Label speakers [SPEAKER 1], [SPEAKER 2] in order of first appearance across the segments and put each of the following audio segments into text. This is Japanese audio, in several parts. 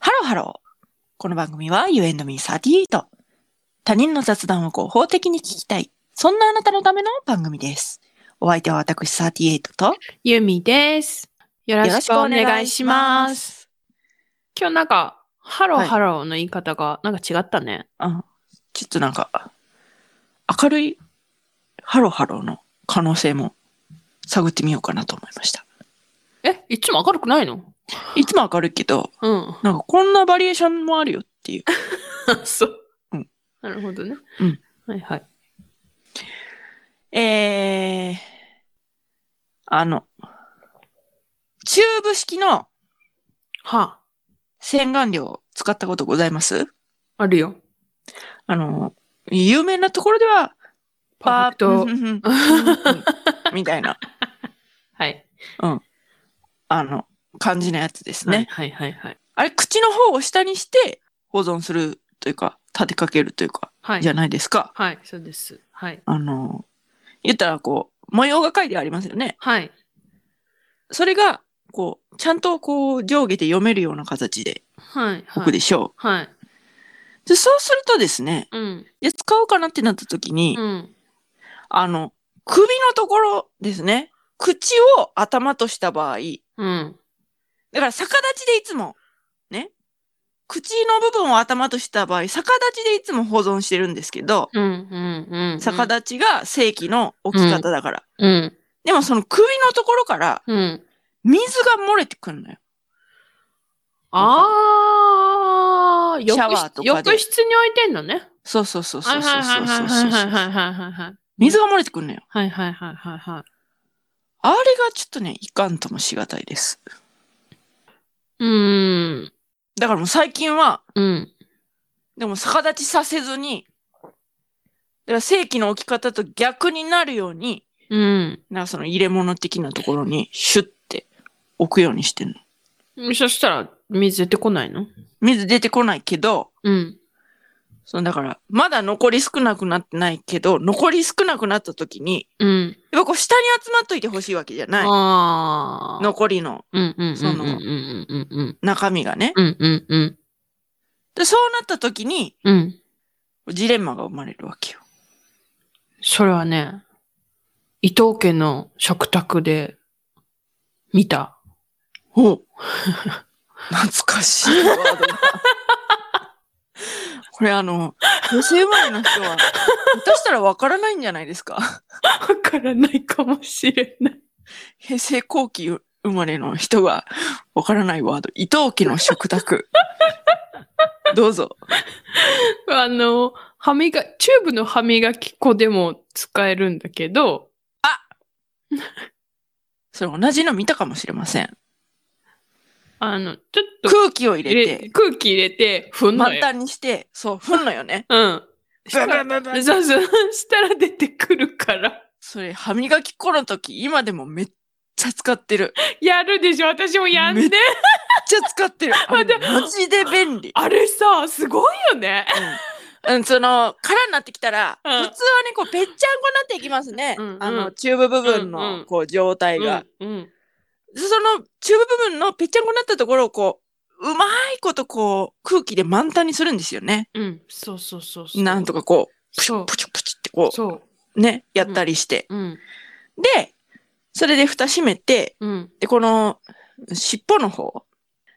[SPEAKER 1] ハロー。この番組は You and me38。他人の雑談を合法的に聞きたい。そんなあなたのための番組です。お相手は私38と
[SPEAKER 2] ゆみです。よろしくお願いします。
[SPEAKER 1] す。
[SPEAKER 2] 今日なんか、ハロ
[SPEAKER 1] は
[SPEAKER 2] ー
[SPEAKER 1] い
[SPEAKER 2] ハローの言い方がなんか違ったね。
[SPEAKER 1] うん。ちょっとなんか、明るいハローハローの可能性も探ってみようかなと思いました。
[SPEAKER 2] え、いつも明るくないの
[SPEAKER 1] いつも明るいけど、
[SPEAKER 2] うん。
[SPEAKER 1] なんかこんなバリエーションもあるよっていう。
[SPEAKER 2] そう。
[SPEAKER 1] うん
[SPEAKER 2] なるほどね。
[SPEAKER 1] うん。
[SPEAKER 2] はいはい。
[SPEAKER 1] えー、あの、チューブ式の
[SPEAKER 2] は
[SPEAKER 1] 洗顔料を使ったことございます
[SPEAKER 2] あ、あるよ。
[SPEAKER 1] あの、有名なところでは、
[SPEAKER 2] パーフェクト
[SPEAKER 1] うん。うんうんみたいな、
[SPEAKER 2] はい。
[SPEAKER 1] あの、感じのやつですね。
[SPEAKER 2] はいはいはいはい。
[SPEAKER 1] あれ、口の方を下にして保存するというか、立てかけるというか、
[SPEAKER 2] はい。
[SPEAKER 1] じゃないですか。
[SPEAKER 2] はい、そうです。はい。
[SPEAKER 1] あの、言ったらこう、模様が書いてありますよね。
[SPEAKER 2] はい。
[SPEAKER 1] それが、こう、ちゃんとこう、上下で読めるような形で
[SPEAKER 2] はい。
[SPEAKER 1] 置く
[SPEAKER 2] は
[SPEAKER 1] で
[SPEAKER 2] い。
[SPEAKER 1] しょう。
[SPEAKER 2] はい。
[SPEAKER 1] で、そうするとですね、
[SPEAKER 2] うん。
[SPEAKER 1] で使おうかなってなった時に、
[SPEAKER 2] うん。
[SPEAKER 1] あの、首のところですね。口を頭とした場合、
[SPEAKER 2] うん。
[SPEAKER 1] だから逆立ちでいつも、ね。口の部分を頭とした場合、逆立ちでいつも保存してるんですけど、
[SPEAKER 2] うん。うん。うん。
[SPEAKER 1] 逆立ちが正規の置き方だから。
[SPEAKER 2] うん。
[SPEAKER 1] でもその首のところから
[SPEAKER 2] うん。
[SPEAKER 1] 水が漏れてくるのよ。
[SPEAKER 2] あー、
[SPEAKER 1] シャワーとかで
[SPEAKER 2] 浴室に置いてんのね。
[SPEAKER 1] そうそうそう
[SPEAKER 2] は
[SPEAKER 1] そ
[SPEAKER 2] いう
[SPEAKER 1] そ
[SPEAKER 2] は
[SPEAKER 1] う
[SPEAKER 2] いはい
[SPEAKER 1] そう
[SPEAKER 2] は
[SPEAKER 1] そう
[SPEAKER 2] い
[SPEAKER 1] そ。
[SPEAKER 2] はいはいうはいはいはい。
[SPEAKER 1] 水が漏れてくるのよ。
[SPEAKER 2] はいはいはいはいはい。
[SPEAKER 1] あれがちょっとね、いかんともしがたいです。
[SPEAKER 2] うーん。
[SPEAKER 1] だからもう最近は、
[SPEAKER 2] うん。
[SPEAKER 1] でも逆立ちさせずに、だから正規の置き方と逆になるように、
[SPEAKER 2] うん。
[SPEAKER 1] なんかその入れ物的なところにシュッて置くようにしてんの。
[SPEAKER 2] そしたら、水出てこないの
[SPEAKER 1] 水出てこないけど、
[SPEAKER 2] うん。
[SPEAKER 1] そのだから、まだ残り少なくなってないけど、残り少なくなった時に、
[SPEAKER 2] うん。
[SPEAKER 1] やっぱこう下に集まっといてほしいわけじゃない。
[SPEAKER 2] ああ。、
[SPEAKER 1] 残りの
[SPEAKER 2] うんうんうん。
[SPEAKER 1] その
[SPEAKER 2] うんうんうんうん。
[SPEAKER 1] 中身がね。
[SPEAKER 2] うんうんうん。
[SPEAKER 1] で、そうなった時に、
[SPEAKER 2] うん。
[SPEAKER 1] ジレンマが生まれるわけよ。
[SPEAKER 2] それはね、伊藤家の食卓で見た。
[SPEAKER 1] お懐かしいワードだ。 これあの、女性生まれの人は、下手したらわからないんじゃないですか。
[SPEAKER 2] わからないかもしれない。
[SPEAKER 1] 平成後期生まれの人がわからないワード。伊藤家の食卓。 どうぞ。
[SPEAKER 2] あの、歯磨き、チューブの歯磨き粉でも使えるんだけど、
[SPEAKER 1] それ同じの見たかもしれません。
[SPEAKER 2] あの、ちょっと
[SPEAKER 1] 空気を入れ
[SPEAKER 2] 入れ
[SPEAKER 1] て、
[SPEAKER 2] 空気入れて、ふんの
[SPEAKER 1] 満
[SPEAKER 2] よ。
[SPEAKER 1] タンにして、そう、ふんのよね。
[SPEAKER 2] うん。
[SPEAKER 1] ブブブブ
[SPEAKER 2] そうそう。 したら出てくるから。
[SPEAKER 1] それ、歯磨き粉の時、今でもめっちゃ使ってる。
[SPEAKER 2] やるでしょ私もやんで
[SPEAKER 1] め。めっちゃ使って る。あれマジで便利。
[SPEAKER 2] あれさ、すごいよね。
[SPEAKER 1] うん、うん、その空になってきたら、
[SPEAKER 2] うん
[SPEAKER 1] 普通はねこうぺっちゃんこになっていきますね、
[SPEAKER 2] うんうん
[SPEAKER 1] あのチューブ部分
[SPEAKER 2] うんう
[SPEAKER 1] の
[SPEAKER 2] ん
[SPEAKER 1] こう状態が、
[SPEAKER 2] うん。うん
[SPEAKER 1] そのチューブ部分のぺっちゃんこになったところをこううまいことこう空気で満タンにするんですよね
[SPEAKER 2] うん。そうそうそうそう。
[SPEAKER 1] なんとかこうプチ
[SPEAKER 2] そ
[SPEAKER 1] ュ
[SPEAKER 2] う。
[SPEAKER 1] プチュプチュってこ
[SPEAKER 2] そう
[SPEAKER 1] ねやったりして、
[SPEAKER 2] う。うん。
[SPEAKER 1] でそれで蓋閉めて
[SPEAKER 2] うん。
[SPEAKER 1] でこの尻尾の方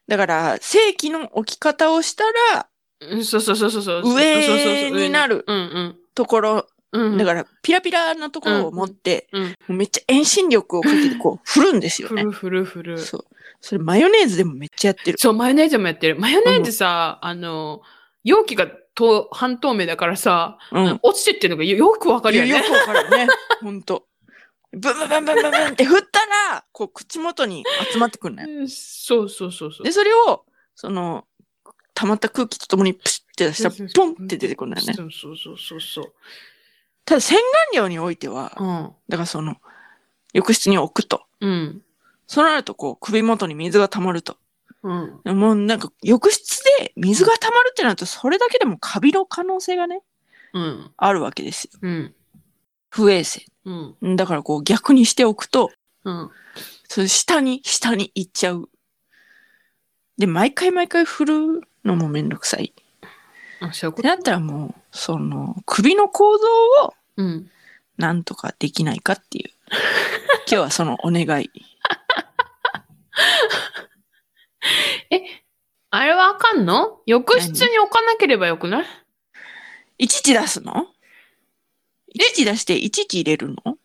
[SPEAKER 1] だから正規の置き方をしたら
[SPEAKER 2] うんそうそうそうそうそう。
[SPEAKER 1] 上
[SPEAKER 2] そうそうそう
[SPEAKER 1] になる。
[SPEAKER 2] 上うん
[SPEAKER 1] ところ
[SPEAKER 2] うん。うん。
[SPEAKER 1] だ
[SPEAKER 2] ら、
[SPEAKER 1] からピラピラのところを持って、
[SPEAKER 2] うん。
[SPEAKER 1] めっちゃ遠心力をかけて こう振るんですよ
[SPEAKER 2] ふ
[SPEAKER 1] ね
[SPEAKER 2] る。ふるふる。
[SPEAKER 1] そう。それマヨネーズでもめっちゃやってる。
[SPEAKER 2] そう、マヨネーズもやってる。マヨネーズさ、あの、容器がと半透明だからさ、
[SPEAKER 1] うん。よ
[SPEAKER 2] 落ちてってるのがよよくわかるよね。
[SPEAKER 1] くわかる ね。ほんと。ブンブンブンブンブンブンって振ったら、こう口元に集まってくるのよ。
[SPEAKER 2] うんそうそうそうそう
[SPEAKER 1] で、。それを、その、溜まった空気とともにプシュって出したら
[SPEAKER 2] そうそう、そ
[SPEAKER 1] ポ
[SPEAKER 2] う
[SPEAKER 1] ンって出てくるのよね。
[SPEAKER 2] そうそうそうそうそう。
[SPEAKER 1] ただ洗顔料においては、
[SPEAKER 2] うん。
[SPEAKER 1] だからその、浴室に置くと。
[SPEAKER 2] うん。
[SPEAKER 1] そうなるとこう首元に水が溜まると。
[SPEAKER 2] うん。
[SPEAKER 1] もうなんか浴室で水が溜まるってなると、それだけでもカビの可能性がね、
[SPEAKER 2] うん。
[SPEAKER 1] あるわけですよ。
[SPEAKER 2] うん。
[SPEAKER 1] 不衛生。
[SPEAKER 2] うん。
[SPEAKER 1] だからこう逆にしておくと、
[SPEAKER 2] うん。
[SPEAKER 1] それ下に下に行っちゃうで、毎回毎回振るのもめんどくさい。
[SPEAKER 2] あそういう
[SPEAKER 1] っ
[SPEAKER 2] こ
[SPEAKER 1] て
[SPEAKER 2] と。
[SPEAKER 1] なったらもう、その、首の構造を
[SPEAKER 2] うん。
[SPEAKER 1] なんとかできないか っていう。今日はそのお願い。
[SPEAKER 2] あれはあかんの浴室に置かなければよくない
[SPEAKER 1] いちいち出すのいちいち出して、いちいち入れるの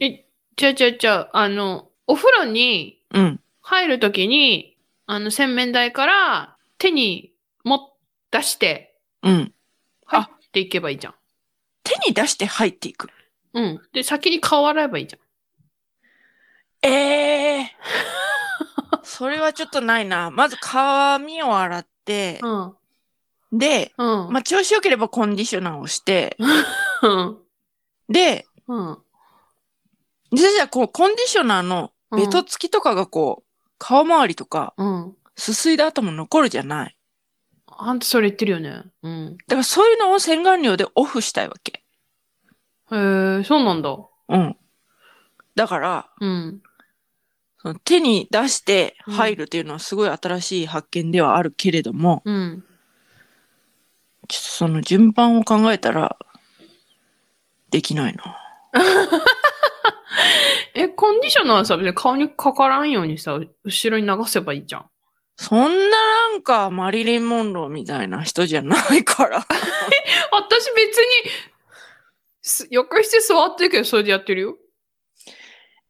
[SPEAKER 2] え、ちゃうちゃうちゃう。あの、お風呂に
[SPEAKER 1] うん。
[SPEAKER 2] 入るときに、あの、洗面台から手にも出して、
[SPEAKER 1] うん。あ
[SPEAKER 2] 入っていけばいいじゃん。
[SPEAKER 1] 手に出して入っていく。
[SPEAKER 2] うん。で、先に顔洗えばいいじゃん。
[SPEAKER 1] え えそれはちょっとないな。まず髪を洗って、
[SPEAKER 2] うん。
[SPEAKER 1] で、
[SPEAKER 2] うん。
[SPEAKER 1] まあ、調子良ければコンディショナーをして、
[SPEAKER 2] うん。
[SPEAKER 1] で、
[SPEAKER 2] うん。
[SPEAKER 1] じゃあじゃあこう、コンディショナーのベトつきとかがこう、顔周りとか、
[SPEAKER 2] うん。
[SPEAKER 1] すすいだ後も残るじゃない。
[SPEAKER 2] あんたそれ言ってるよね。うん。
[SPEAKER 1] だからそういうのを洗顔料でオフしたいわけ。
[SPEAKER 2] へえ、そうなんだ。
[SPEAKER 1] うん。だから、
[SPEAKER 2] うん。
[SPEAKER 1] その手に出して
[SPEAKER 2] うん
[SPEAKER 1] 入るっていうのはすごい新しい発見ではあるけれども、
[SPEAKER 2] うん。
[SPEAKER 1] ちょっとその順番を考えたら、できないな。
[SPEAKER 2] え、コンディショナーはさ、別に顔にかからんようにさ、後ろに流せばいいじゃん。
[SPEAKER 1] そんななんかマリリン・モンローみたいな人じゃないから。
[SPEAKER 2] 私別に、す浴室座ってるけど、それでやってるよ。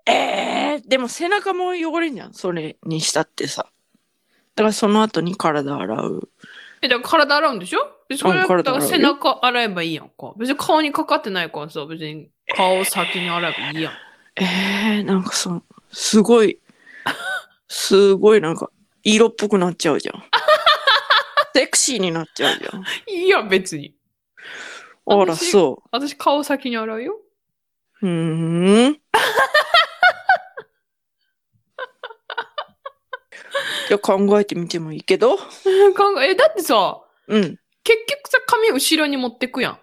[SPEAKER 1] ええでも背中も汚れんじゃん。それにしたってさ。だからその後に体洗う。
[SPEAKER 2] え、だから体洗うんでしょでそれ
[SPEAKER 1] う
[SPEAKER 2] は
[SPEAKER 1] ん体
[SPEAKER 2] だから
[SPEAKER 1] 洗うよ
[SPEAKER 2] 背中洗えばいいやんか。別に顔にかかってないからさ、別に顔を先に洗えばいいやん。
[SPEAKER 1] ええなんかその、すごい、すごいなんか、色っぽくなっちゃうじゃん。セクシーになっちゃうじゃん。
[SPEAKER 2] いいやん、別に。
[SPEAKER 1] あら、
[SPEAKER 2] 私
[SPEAKER 1] そ
[SPEAKER 2] 私顔先に洗うよ。
[SPEAKER 1] う。うーん。じゃあ考えてみてもいいけど。
[SPEAKER 2] 考え、え、だってさ、
[SPEAKER 1] うん。
[SPEAKER 2] 結局さ、髪後ろに持ってくやん。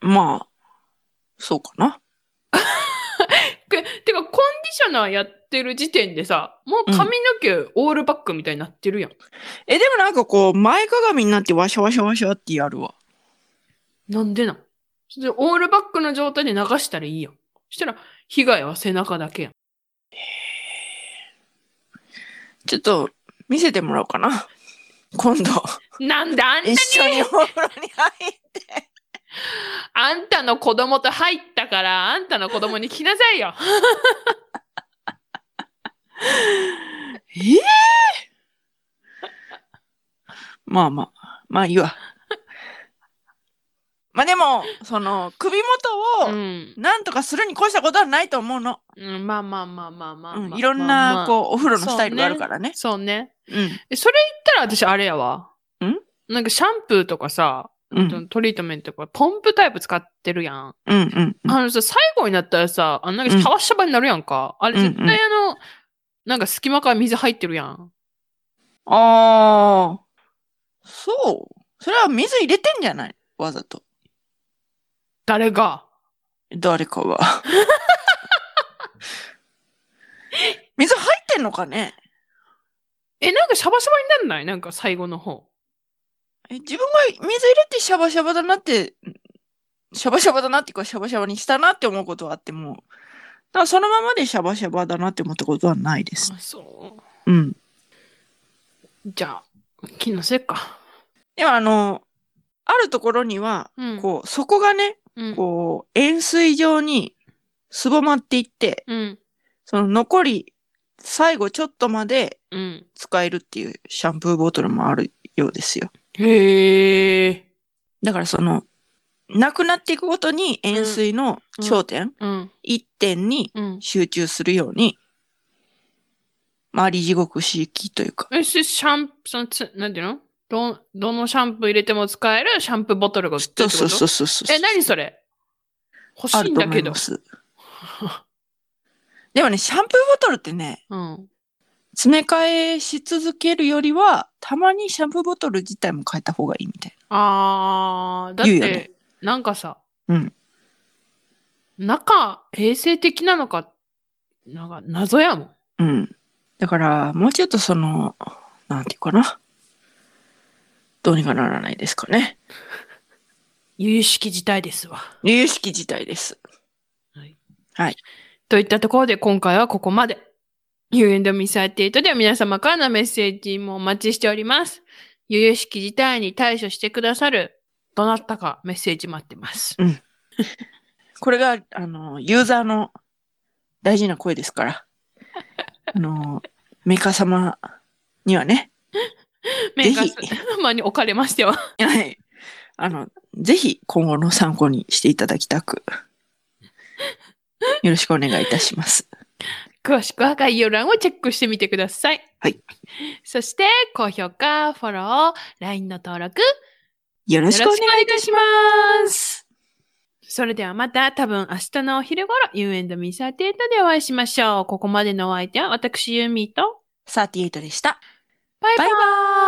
[SPEAKER 1] まあ、そうかな。
[SPEAKER 2] くてか、コンディショナーやってる時点でさ、もう髪の毛オールバックみたいになってるやん。
[SPEAKER 1] え、でもなんかこう、前かがみになってワシャワシャワシャってやるわ。
[SPEAKER 2] なんでなんそれでオールバックの状態で流したらいいやん。そしたら、被害は背中だけやん。
[SPEAKER 1] ちょっと、見せてもらおうかな。今度、
[SPEAKER 2] なんであんた
[SPEAKER 1] 一緒にお風呂に入って。
[SPEAKER 2] あんたの子供と入ったから、あんたの子供に来なさ いよ。
[SPEAKER 1] ええまあまあ、まあいいわ。まあでも、その、首
[SPEAKER 2] う
[SPEAKER 1] 元を、
[SPEAKER 2] ん。
[SPEAKER 1] なんとかするに越したことはないと思うの。
[SPEAKER 2] うんまあまあまあまあまあ、
[SPEAKER 1] う
[SPEAKER 2] まあ
[SPEAKER 1] ん、いろんな、
[SPEAKER 2] う。
[SPEAKER 1] こう、お風呂のスタイルがあるからね。
[SPEAKER 2] そうね。
[SPEAKER 1] うん。
[SPEAKER 2] えそれ言ったら私あれやわ。
[SPEAKER 1] ん
[SPEAKER 2] なんかシャンプーとかさ、
[SPEAKER 1] うん。
[SPEAKER 2] トリートメントとか、ポンプタイプ使ってるやん。
[SPEAKER 1] うん。うん。
[SPEAKER 2] あのさ、最後になったらさ、あのなん
[SPEAKER 1] う
[SPEAKER 2] か
[SPEAKER 1] ん
[SPEAKER 2] シャワシャバになるやんか。あ
[SPEAKER 1] う
[SPEAKER 2] れ
[SPEAKER 1] ん
[SPEAKER 2] 絶対あの、なんか隙間から水入ってるやん。
[SPEAKER 1] ああ。そう。それは水入れてんじゃないわざと。
[SPEAKER 2] 誰が
[SPEAKER 1] 誰かが。水入ってんのかね
[SPEAKER 2] え、なんかシャバシャバになんないなんか最後の方。
[SPEAKER 1] え自分が水入れてシャバシャバだなって、シャバシャバだなっていうか、シャバシャバにしたなって思うことはあっても、だからそのままでシャバシャバだなって思ったことはないです。
[SPEAKER 2] あ、そ
[SPEAKER 1] うん。
[SPEAKER 2] う。じゃあ、気のせいか。
[SPEAKER 1] でもあの、あるところには、
[SPEAKER 2] うん。
[SPEAKER 1] こう、底がね、
[SPEAKER 2] うん。
[SPEAKER 1] こう、円錐状にすぼまっていって、
[SPEAKER 2] うん。
[SPEAKER 1] その残り、最後ちょっとまで
[SPEAKER 2] うん。
[SPEAKER 1] 使えるっていうシャンプーボトルもあるようですよ。
[SPEAKER 2] へえ。
[SPEAKER 1] だからその、なくなっていくごとに円錐の頂点、
[SPEAKER 2] うん。
[SPEAKER 1] 一点に
[SPEAKER 2] うん。
[SPEAKER 1] 集中するように、周り地獄式というか、
[SPEAKER 2] え、しシャンプー、そのつ、なんていうのど、どのシャンプー入れても使えるシャンプーボトルが売ってるって
[SPEAKER 1] そ
[SPEAKER 2] こ
[SPEAKER 1] う
[SPEAKER 2] と
[SPEAKER 1] そうそうそうそう。
[SPEAKER 2] え、何それ欲し
[SPEAKER 1] あ
[SPEAKER 2] い
[SPEAKER 1] る
[SPEAKER 2] ん
[SPEAKER 1] と
[SPEAKER 2] だ
[SPEAKER 1] 思
[SPEAKER 2] け
[SPEAKER 1] い
[SPEAKER 2] ど
[SPEAKER 1] ま。す。 でもね、シャンプーボトルってね、
[SPEAKER 2] うん。
[SPEAKER 1] 詰め替えし続けるよりは、たまにシャンプーボトル自体も変えた方がいいみたい
[SPEAKER 2] あー、だっ
[SPEAKER 1] 言うよ
[SPEAKER 2] て
[SPEAKER 1] ね、
[SPEAKER 2] なんかさ、
[SPEAKER 1] うん
[SPEAKER 2] 中、衛生的なのか、なんか、謎やもん。
[SPEAKER 1] な。うん。だだから、もうちょっとその、なんていうかな。どうにかならないですかね。
[SPEAKER 2] 由々しき事態ですわ。
[SPEAKER 1] 由々しき事態です。
[SPEAKER 2] といったところで今回はここまで。U&Me38 では皆様からのメッセージもお待ちしております。由々しき事態に対処してくださるどなたかメッセージ待ってます。
[SPEAKER 1] これが、あの、ユーザーの大事な声です から。あの、メーカー様にはね、
[SPEAKER 2] メ
[SPEAKER 1] ぜ
[SPEAKER 2] ーカ
[SPEAKER 1] ひ、
[SPEAKER 2] ー様におかれましては。
[SPEAKER 1] はい。あの、ぜひ今後の参考にしていただきたく、 よろしくお願いいたします。
[SPEAKER 2] 詳しくは概要欄をチェックしてみてください。
[SPEAKER 1] はい。
[SPEAKER 2] そして、高評価、フォロー、LINE の登録、よ
[SPEAKER 1] よろ
[SPEAKER 2] ろ
[SPEAKER 1] し
[SPEAKER 2] し
[SPEAKER 1] く
[SPEAKER 2] く
[SPEAKER 1] お
[SPEAKER 2] お
[SPEAKER 1] 願い
[SPEAKER 2] 願いいたします。それではまた多分明日のお昼頃、U&Me38 でお会いしましょう。ここまでのお相手は私、ユーミーと、
[SPEAKER 1] 38でした。
[SPEAKER 2] バイバ
[SPEAKER 1] バイバ
[SPEAKER 2] イ